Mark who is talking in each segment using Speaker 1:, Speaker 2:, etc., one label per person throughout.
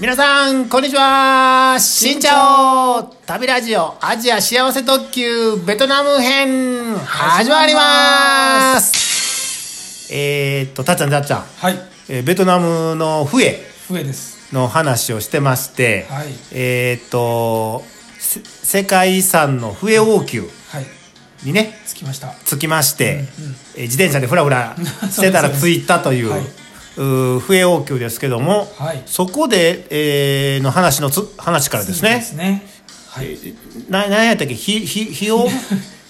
Speaker 1: 皆さん、こんにちはしんちゃお旅ラジオアジア幸せ特急ベトナム編始まりますえーっと、たっちゃんたっちゃん、
Speaker 2: はい、
Speaker 1: えーベトナムのフエ
Speaker 2: 上です。
Speaker 1: の話をしてまして、
Speaker 2: はい
Speaker 1: えーっと、せ世界遺産のフエ王宮
Speaker 2: はい、
Speaker 1: にね、
Speaker 2: 着きました。
Speaker 1: 着きまして、えー自転車でふらふ らしてたら
Speaker 2: そうですよね
Speaker 1: 着いたという
Speaker 2: はいう
Speaker 1: ー笛王宮ですけども、
Speaker 2: はい
Speaker 1: そこで、えーの話のつ話からです
Speaker 2: で
Speaker 1: ね
Speaker 2: すね。はい。
Speaker 1: な何やったっけ火火火 を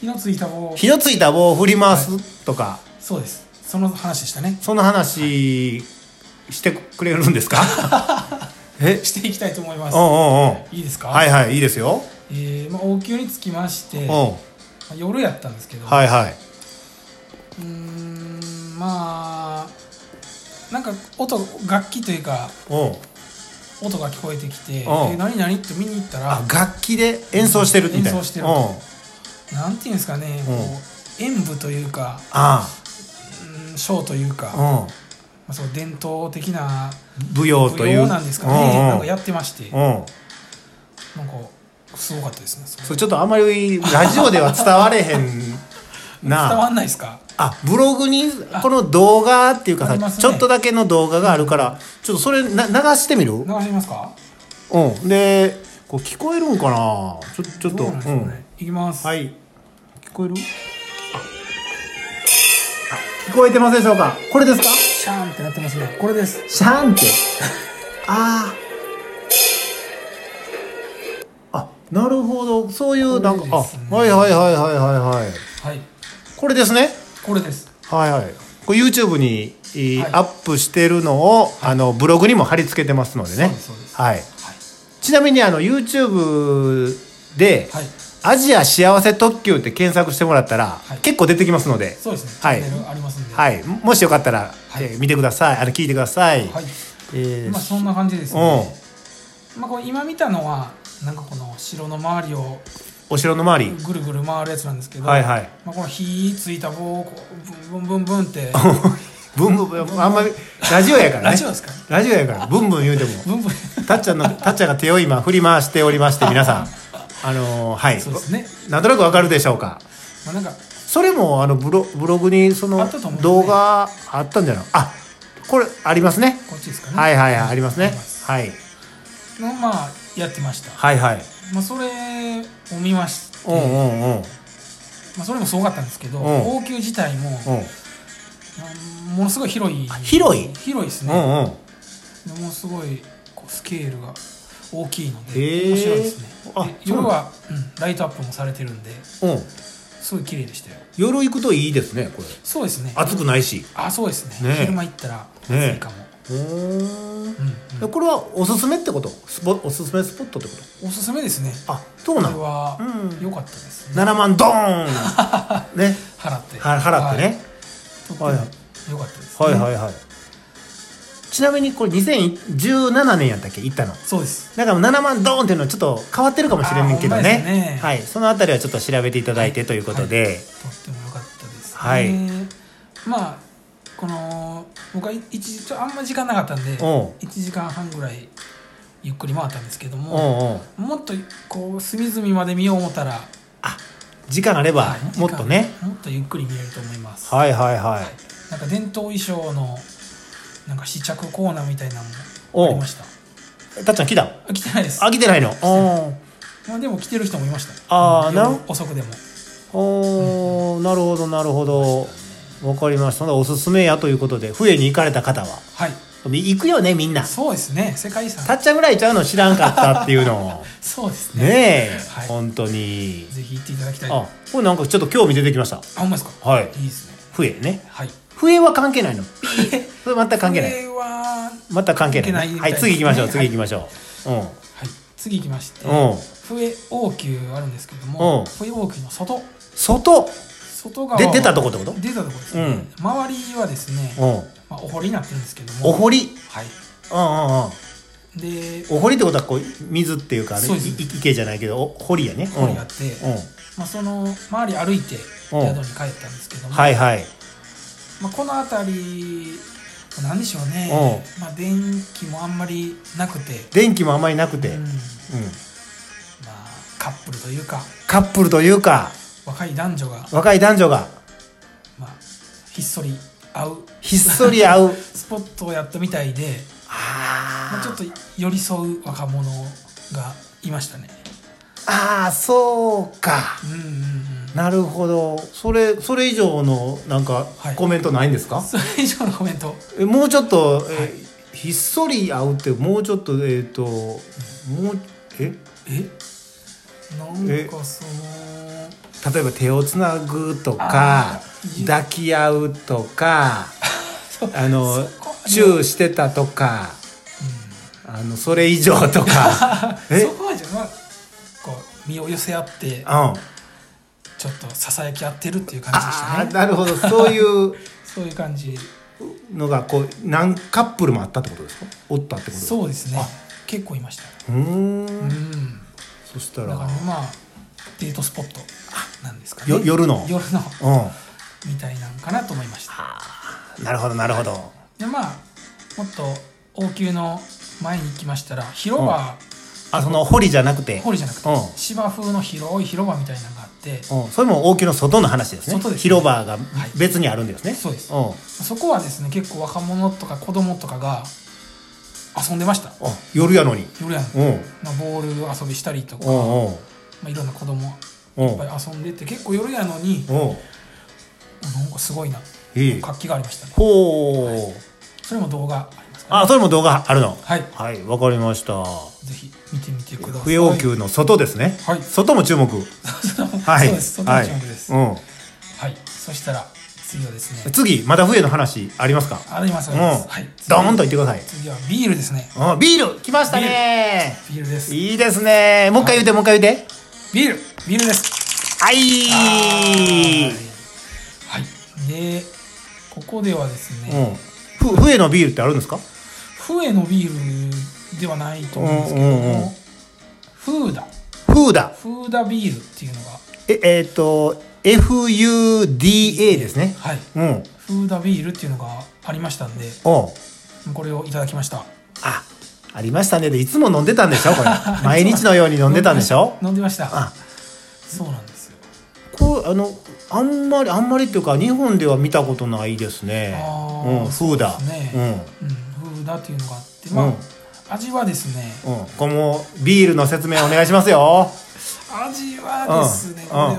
Speaker 2: 火のついた棒。
Speaker 1: 火のついた棒を振り回すとか、
Speaker 2: そうです。その話でしたね。
Speaker 1: そんな話してくれるん ですかえ
Speaker 2: していきたいと思いま
Speaker 1: おう
Speaker 2: す。
Speaker 1: おうおう
Speaker 2: いいですか。
Speaker 1: はいはいいいですよ、
Speaker 2: ええまあ、王宮に着きまして。
Speaker 1: おう
Speaker 2: まあ夜やったんですけど。
Speaker 1: はいはいう
Speaker 2: ーん、まあ。なんか音、楽器というか、
Speaker 1: おう
Speaker 2: 音が聞こえてきて。え
Speaker 1: うん
Speaker 2: ー何何って見に行ったら
Speaker 1: あ。楽器で演奏してるみたいな
Speaker 2: 演奏してる
Speaker 1: おう
Speaker 2: なんていうんですかね。こう演舞というか。
Speaker 1: あ
Speaker 2: うん、ショーというか。ま
Speaker 1: あうん
Speaker 2: あ、そう、伝統的な。
Speaker 1: 舞踊という
Speaker 2: 舞踊なんですかね、
Speaker 1: うんうん
Speaker 2: なんかやってまして、
Speaker 1: うん
Speaker 2: なんかすごかったですねそれ
Speaker 1: それちょっとあんまりラジオでは伝われへんな
Speaker 2: 伝わ
Speaker 1: あ
Speaker 2: んないですか
Speaker 1: あブログにこの動画っていうか
Speaker 2: あ
Speaker 1: さ、
Speaker 2: りますね
Speaker 1: ちょっとだけの動画があるからちょっとそれな流してみるう
Speaker 2: 流しますか
Speaker 1: んでこう聞こえるんかなちょちょっと
Speaker 2: どうなんですかね、
Speaker 1: ん
Speaker 2: いきます、
Speaker 1: はい聞こえるあ聞こえてますでしょうかこれですか
Speaker 2: シャーンってなってますねこれです
Speaker 1: シャーンってあああなるほどそういうなんか、
Speaker 2: これ
Speaker 1: あ
Speaker 2: ですね
Speaker 1: はいはいはいはいはいはい
Speaker 2: はい
Speaker 1: これですね
Speaker 2: これです
Speaker 1: はいはいこれ YouTube に、えー
Speaker 2: はい
Speaker 1: アップしてるのをあのブログにも貼り付けてますので
Speaker 2: そう
Speaker 1: ね
Speaker 2: ですそうです
Speaker 1: はい、
Speaker 2: はい
Speaker 1: ちなみにあの YouTube で、
Speaker 2: はい
Speaker 1: アジア幸せ特急」って検索してもらったら、
Speaker 2: はい
Speaker 1: 結構出てきますので
Speaker 2: そうですね
Speaker 1: はい
Speaker 2: チャンネルありますんで
Speaker 1: はい、もしよかったら、
Speaker 2: はい
Speaker 1: えー見てくださいあの聞いてください、
Speaker 2: はい
Speaker 1: えー
Speaker 2: まあそんな感じです
Speaker 1: うん
Speaker 2: ね、まあ、こう今見たのはなんかこの城の周りを
Speaker 1: お城の周り、
Speaker 2: ぐるぐる回るやつなんですけど、
Speaker 1: はいはい
Speaker 2: まあ、この火ついた棒をこうブンブンブンブン って
Speaker 1: ブンブンあんまりラジオやからね
Speaker 2: ラジオですか
Speaker 1: ラジオやからブンブン言うても
Speaker 2: ブンブン
Speaker 1: たっちゃんのたっちゃんが手を今振り回しておりまして皆さんあのーはい
Speaker 2: そうですね、
Speaker 1: なんとなくわかるでしょうか
Speaker 2: まあ、なんか
Speaker 1: それもあのブロブログにそ
Speaker 2: あ
Speaker 1: の
Speaker 2: ったと思うね
Speaker 1: 動画あったんじゃないあこれありますね
Speaker 2: こっちですかね
Speaker 1: はいはいはいありますねはい
Speaker 2: のまあやってました、
Speaker 1: はいはい
Speaker 2: まあ、それを見まし
Speaker 1: うんう
Speaker 2: て、
Speaker 1: んうん
Speaker 2: まあ、それもすごかったんですけど、
Speaker 1: うん
Speaker 2: 王宮自体も、
Speaker 1: うん
Speaker 2: まあものすごい広い
Speaker 1: 広い
Speaker 2: 広いです
Speaker 1: う
Speaker 2: ね、
Speaker 1: んうん
Speaker 2: でものすごいこうスケールが大きいので、
Speaker 1: へー
Speaker 2: 面白いですね
Speaker 1: あそ
Speaker 2: で
Speaker 1: うなん
Speaker 2: 夜は、うんライトアップもされてるんで
Speaker 1: うん
Speaker 2: すごい綺麗でしたよ
Speaker 1: 夜行くといいですねこれ
Speaker 2: そうですね
Speaker 1: 暑くないし
Speaker 2: あそうですね
Speaker 1: ねえ
Speaker 2: 昼間行ったら暑
Speaker 1: ねえ
Speaker 2: いかも、
Speaker 1: うーん
Speaker 2: うんうん
Speaker 1: これはおすすめってことスポおすすめスポットってこ
Speaker 2: おすすめですね
Speaker 1: とあそう
Speaker 2: これ
Speaker 1: なの
Speaker 2: は
Speaker 1: うん
Speaker 2: 良かったですね
Speaker 1: 7万ドー ンね
Speaker 2: 払っ
Speaker 1: は払って
Speaker 2: て
Speaker 1: ね、
Speaker 2: は
Speaker 1: はいい
Speaker 2: とっても良かったです、ね
Speaker 1: はい、はいはいちなみにこれ2017年やったっけ行ったの
Speaker 2: そうです
Speaker 1: だから7万ドーンっていうのはちょっと変わってるかもしれないけど
Speaker 2: あーほん
Speaker 1: ね
Speaker 2: まですね
Speaker 1: はい、そのあたりはちょっと調べていただいてということで、
Speaker 2: とっても良かったです、ね、
Speaker 1: はい
Speaker 2: まあこの僕は一時ちょあんま時間なかったんで
Speaker 1: おう
Speaker 2: 1時間半ぐらいゆっくり回ったんですけども
Speaker 1: おうおう
Speaker 2: もっとこう隅々まで見よう思ったら
Speaker 1: あ時間あれば
Speaker 2: はい
Speaker 1: もっとね
Speaker 2: 時間もっとゆっくり見れると思います、
Speaker 1: はいはいはい
Speaker 2: なんか伝統衣装のなんか試着コーナーみたいなの
Speaker 1: お
Speaker 2: も
Speaker 1: う
Speaker 2: ありました
Speaker 1: たっちゃん来た
Speaker 2: あ来てないです
Speaker 1: あ来てないのおう
Speaker 2: まあ、でも来てる人もいました
Speaker 1: あーなる
Speaker 2: 夜遅くでも
Speaker 1: おーなるほどなるほどわかりましたそんなおすすめやということで笛に行かれた方は
Speaker 2: はい
Speaker 1: 行くよねみんな
Speaker 2: そうですね世界遺産
Speaker 1: たっちゃんぐらいちゃうの知らんかったっていう の
Speaker 2: そうですね
Speaker 1: ねえ、
Speaker 2: はい
Speaker 1: 本当に
Speaker 2: ぜひ行っていただきたい
Speaker 1: あこれなんかちょっと興味出てきました
Speaker 2: あほんまですか
Speaker 1: はい
Speaker 2: いいですね
Speaker 1: 笛ね
Speaker 2: はい
Speaker 1: 笛は関係ないのそれ全く関係な
Speaker 2: こ
Speaker 1: い
Speaker 2: れは
Speaker 1: 全く関係ない
Speaker 2: 関係ないみた
Speaker 1: はいい
Speaker 2: です
Speaker 1: 次行きましょう
Speaker 2: ね
Speaker 1: 次行きましょう、
Speaker 2: はい次行きまして
Speaker 1: うんうん
Speaker 2: 笛王宮あるんですけども
Speaker 1: うん
Speaker 2: 笛王宮の外
Speaker 1: 外
Speaker 2: 外側
Speaker 1: で
Speaker 2: は
Speaker 1: 出たとこってこと
Speaker 2: 出たとこですね、
Speaker 1: うん
Speaker 2: 周りはですね、
Speaker 1: うん
Speaker 2: まあ、お堀になってるんですけども
Speaker 1: お堀
Speaker 2: はい
Speaker 1: うんうんうん
Speaker 2: で
Speaker 1: お堀ってことはこう水っていうかね
Speaker 2: そうです
Speaker 1: いい池じゃないけどお堀やね
Speaker 2: お堀があって、
Speaker 1: うん、うん
Speaker 2: まあ、その周り歩いて宿に帰ったんですけども、
Speaker 1: はいはい
Speaker 2: まあ、この辺りなんでしょうねまあ電気もあんまりなくて
Speaker 1: 電気もあまりなくて、
Speaker 2: う
Speaker 1: うんん
Speaker 2: まあカップルというか
Speaker 1: カップルというか
Speaker 2: 若い男女が
Speaker 1: 若い男女が
Speaker 2: まあひっそり会う
Speaker 1: ひっそり会う
Speaker 2: スポットをやったみたいで、まあ、
Speaker 1: あ
Speaker 2: ちょっ
Speaker 1: ー
Speaker 2: と寄り添う若者がいましたね
Speaker 1: あーそうか
Speaker 2: うんうんうん
Speaker 1: なるほどそれそれ以上のなんか
Speaker 2: はい
Speaker 1: コメントないんですか、
Speaker 2: それ以上のコメント
Speaker 1: えもうちょっと、えひっそり会うってもうちょっとえっ、ともうえ
Speaker 2: えなん
Speaker 1: え
Speaker 2: かその
Speaker 1: 例えば手をつなぐとか
Speaker 2: あ
Speaker 1: 抱き合うとか
Speaker 2: そう
Speaker 1: あの
Speaker 2: そこ
Speaker 1: チューしてたとかあのそれ以上と かえ
Speaker 2: そこはじゃあまあこう身を寄せ合って
Speaker 1: うん
Speaker 2: ちょっとささやき合ってるっていう感じでした
Speaker 1: ああ
Speaker 2: ね
Speaker 1: なるほどそういう
Speaker 2: そういう感じ
Speaker 1: のがこう何カップルもあったってことですかおったってことう
Speaker 2: そうですね
Speaker 1: あ
Speaker 2: 結構いました
Speaker 1: うー
Speaker 2: うんん
Speaker 1: そした
Speaker 2: だかららまあデートスポットなんですかね
Speaker 1: よ夜の
Speaker 2: 夜の
Speaker 1: う
Speaker 2: みたいなんかなと思いました
Speaker 1: んなるほどなるほど
Speaker 2: でまあもっと王宮の前に行きましたら広場、
Speaker 1: あその堀じゃなくて
Speaker 2: 堀じゃなくて、
Speaker 1: うん
Speaker 2: 芝生の広い広場みたいなのがあって、
Speaker 1: うん、それも王宮の外の話ですね
Speaker 2: 外ですね
Speaker 1: 広場が別にあるんですね、
Speaker 2: そうです
Speaker 1: うん
Speaker 2: そこはですね結構若者とか子供とかが遊んでました
Speaker 1: あ夜やのに
Speaker 2: 夜やん、
Speaker 1: うん
Speaker 2: まあ、ボール遊びしたりとか、
Speaker 1: う
Speaker 2: ま
Speaker 1: んうん
Speaker 2: あ、いろんな子供い
Speaker 1: うん
Speaker 2: っぱい遊んでて結構夜やのに
Speaker 1: うん
Speaker 2: なんかすごいない
Speaker 1: い
Speaker 2: 活気がありましたね
Speaker 1: ほう、
Speaker 2: それも動画ありますから、
Speaker 1: あそれも動画あるの
Speaker 2: はい
Speaker 1: はいわかりました
Speaker 2: ぜひ見てみてください
Speaker 1: 不要球の外ですね、
Speaker 2: はい
Speaker 1: 外も注目
Speaker 2: は、
Speaker 1: はいい
Speaker 2: そうです。その
Speaker 1: はい
Speaker 2: 注目です。はい、
Speaker 1: う
Speaker 2: そしたら次はです
Speaker 1: ん、
Speaker 2: ね。
Speaker 1: 次また冬の話ありますか
Speaker 2: ありますあ
Speaker 1: うん
Speaker 2: ります。はい。
Speaker 1: ドーンと言ってください
Speaker 2: 次はビールですね。
Speaker 1: うんビール来ましたね
Speaker 2: ビールです。
Speaker 1: いいですねもう一回言うてもう一回言うて
Speaker 2: ビール、ビールです。
Speaker 1: はい
Speaker 2: はい。で、ここではですね、
Speaker 1: うんふ冬のビールってあるんですか
Speaker 2: 笛のビールではないと思うんですけども、
Speaker 1: うんうんうん
Speaker 2: フーダ、
Speaker 1: フーダ
Speaker 2: フーダビールっていうのが、
Speaker 1: ええー、と FUDA ですね
Speaker 2: はい。
Speaker 1: うん
Speaker 2: フーダビールっていうのがありましたんで、
Speaker 1: おう
Speaker 2: これをいただきました。
Speaker 1: あありましたねでいつも飲んでたんでしょこ れ毎日のように飲んでたんでしょ
Speaker 2: 飲んでました。
Speaker 1: あ
Speaker 2: そうなんですよ。
Speaker 1: こうあのあんまりあんまりっていうか日本では見たことないですね
Speaker 2: あ
Speaker 1: う
Speaker 2: ー
Speaker 1: んフーダ
Speaker 2: そうですねうん、フーダっていうのがあって、まあ、
Speaker 1: うん
Speaker 2: 味はですね、
Speaker 1: うん、うん、このビールの説明お願いしますよ
Speaker 2: 味はですね、
Speaker 1: うん
Speaker 2: これは、
Speaker 1: うん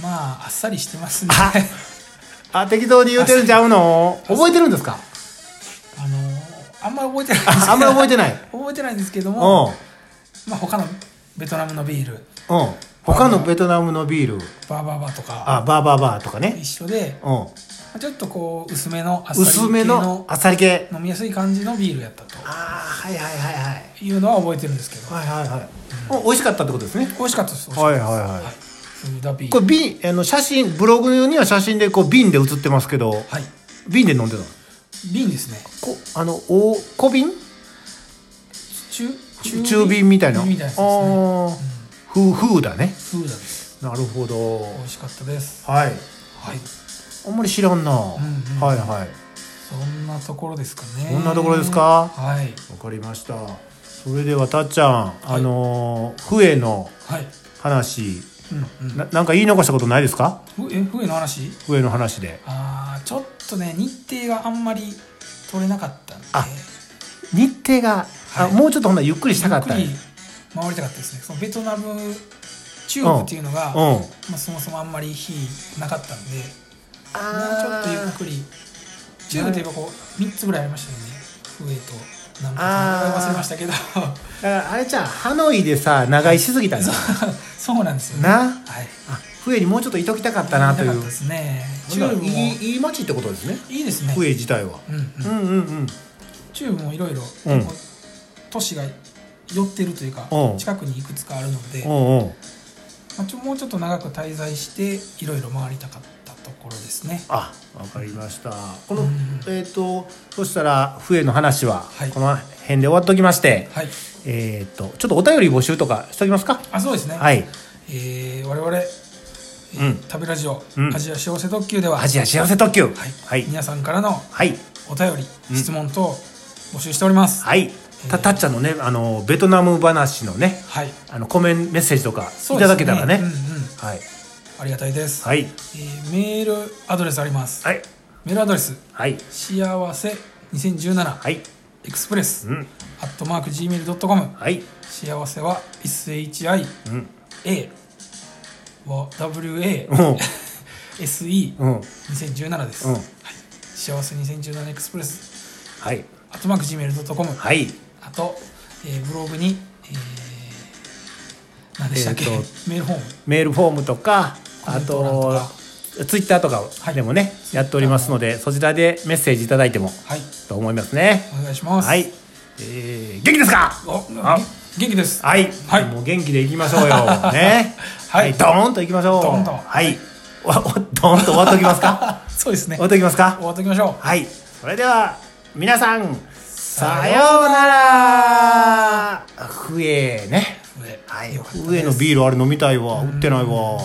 Speaker 2: まあ、あっさりしてますね。
Speaker 1: ああ適当に言うてるんちゃうの覚えてるんですか
Speaker 2: あのあんまり覚えてないんですけ
Speaker 1: ああ
Speaker 2: ど
Speaker 1: んまり覚えてない
Speaker 2: 覚えてないんですけど
Speaker 1: うん
Speaker 2: も、まあ、他のベトナムのビール、
Speaker 1: うん他のベトナムのビール
Speaker 2: バーバーバーとか、
Speaker 1: あバーバーバーとかね
Speaker 2: 一緒で、
Speaker 1: うん
Speaker 2: まあちょっとこう、薄めのあっさり系
Speaker 1: 薄めの
Speaker 2: の、
Speaker 1: あっさり系
Speaker 2: 飲みやすい感じのビールやったと
Speaker 1: ああはいはいはいはい
Speaker 2: いうのは覚えてるんですけど、
Speaker 1: はいはいはい、お美味しかったってことですね
Speaker 2: 美味しかったです、
Speaker 1: はいはい
Speaker 2: 美味
Speaker 1: は
Speaker 2: しかったですはいフーダビ
Speaker 1: い
Speaker 2: ー
Speaker 1: こ
Speaker 2: ル。
Speaker 1: れ瓶あの写真ブログには写真でこう瓶で写ってますけど
Speaker 2: はい。
Speaker 1: 瓶で飲んでたの
Speaker 2: 瓶ですね。
Speaker 1: こあのお小瓶
Speaker 2: 中
Speaker 1: 中瓶みたいな
Speaker 2: 中瓶みたいなやつです
Speaker 1: あ
Speaker 2: ね
Speaker 1: ーふうふうだね
Speaker 2: フーダです
Speaker 1: なるほど
Speaker 2: 美味しかったです
Speaker 1: はい
Speaker 2: はい
Speaker 1: あんまり知らんな、
Speaker 2: んうん
Speaker 1: はいはい
Speaker 2: そんなところですかね
Speaker 1: そんなところですか
Speaker 2: はい
Speaker 1: わかりましたそれではたっちゃん、あのー笛の
Speaker 2: はい
Speaker 1: 話
Speaker 2: うん
Speaker 1: ななんか言い残したことないですか
Speaker 2: うんふえ笛の話
Speaker 1: 笛の話で
Speaker 2: あーちょっとね日程があんまり取れなかったんで
Speaker 1: あ日程が、
Speaker 2: はい
Speaker 1: あもうちょっとほんならゆっくりしたか
Speaker 2: ゆっ
Speaker 1: っ
Speaker 2: く
Speaker 1: たんや
Speaker 2: り回りたかったですねそのベトナム中国っていうのが、
Speaker 1: うん
Speaker 2: まあ、そもそもあんまり日なかったんでもうちょっ
Speaker 1: あ
Speaker 2: とゆ
Speaker 1: ー
Speaker 2: っくり中国といえばこう3つぐらいありましたよね笛となん
Speaker 1: あ
Speaker 2: か
Speaker 1: ー
Speaker 2: 忘れましたけど
Speaker 1: だからあれじゃんハノイでさ長居しすぎたんだ
Speaker 2: そうなんですよね
Speaker 1: な
Speaker 2: はい
Speaker 1: あ笛にもうちょっといときたかったなとい
Speaker 2: 痛か
Speaker 1: う
Speaker 2: ったですね。チ
Speaker 1: な
Speaker 2: ュ
Speaker 1: んだ
Speaker 2: ーブも
Speaker 1: いいいい街ってことですね
Speaker 2: いいですね。
Speaker 1: 笛自体は、
Speaker 2: うんうん、
Speaker 1: うんうんうん
Speaker 2: チューブもいろいろ、
Speaker 1: うん
Speaker 2: こう都市が寄ってるというか、
Speaker 1: うん
Speaker 2: 近くにいくつかあるので、
Speaker 1: う
Speaker 2: ま
Speaker 1: んうん
Speaker 2: あ、ちょもうちょっと長く滞在していろいろ回りたかったところですね。
Speaker 1: あわかりましたこの、
Speaker 2: うん
Speaker 1: えっ、とそしたら笛の話は
Speaker 2: はい
Speaker 1: この辺で終わっときまして、
Speaker 2: はい。
Speaker 1: えっ、とちょっとお便り募集とかしときますか
Speaker 2: あそうですね。
Speaker 1: はい
Speaker 2: えー我々えー食べラジオ、
Speaker 1: うん
Speaker 2: アジア幸せ特急では
Speaker 1: アジア幸せ特急。はいはい。
Speaker 2: 皆さんからの
Speaker 1: はい。
Speaker 2: お便り、質問等募集しておりますは
Speaker 1: はい。た、たっちゃんのね、あの、ベトナム話のね、
Speaker 2: い、
Speaker 1: あの、コメントメッセージとか、
Speaker 2: そ
Speaker 1: いう
Speaker 2: で
Speaker 1: ただ
Speaker 2: す
Speaker 1: けたらね
Speaker 2: うんうん。
Speaker 1: はい。
Speaker 2: ありがたいです、
Speaker 1: はい。
Speaker 2: えーメールアドレスあります、
Speaker 1: はい。
Speaker 2: メールアドレス
Speaker 1: はい。
Speaker 2: 幸せ2017
Speaker 1: はい。
Speaker 2: エクスプレス、
Speaker 1: うん。
Speaker 2: アットマーク Gmail.com
Speaker 1: はい。
Speaker 2: 幸せは SHIA
Speaker 1: うん。う
Speaker 2: は
Speaker 1: ん。
Speaker 2: WASE2017
Speaker 1: うん。
Speaker 2: です、
Speaker 1: うん
Speaker 2: はい、幸せ2017エクスプレス
Speaker 1: はい。
Speaker 2: アットマーク Gmail.com
Speaker 1: はい。
Speaker 2: あと、えーブログに、えー、何でしたっけ、
Speaker 1: えー
Speaker 2: メールフォーム
Speaker 1: メールフォームとか、あ
Speaker 2: コメント
Speaker 1: と
Speaker 2: 欄と、
Speaker 1: ツイッターとか
Speaker 2: はい
Speaker 1: でもね、やっておりますので、そちらでメッセージいただいても
Speaker 2: はい
Speaker 1: と思いますね。
Speaker 2: お願いします
Speaker 1: はい。えー元気ですか
Speaker 2: お
Speaker 1: あ
Speaker 2: 元気です
Speaker 1: はい、
Speaker 2: はい
Speaker 1: もう元気でいきましょ うよ。ね。
Speaker 2: はい
Speaker 1: ドーンといきましょう。
Speaker 2: ドーンと
Speaker 1: はい。わおドーンと終わっときますか。
Speaker 2: そう ですね
Speaker 1: 終わっときますか
Speaker 2: 終。わっておきましょう
Speaker 1: はい。それでは皆さんさようなら。ふえね。
Speaker 2: 上
Speaker 1: はい。
Speaker 2: よかった
Speaker 1: ふえのビールあれ飲みたいわ。売ってないわ。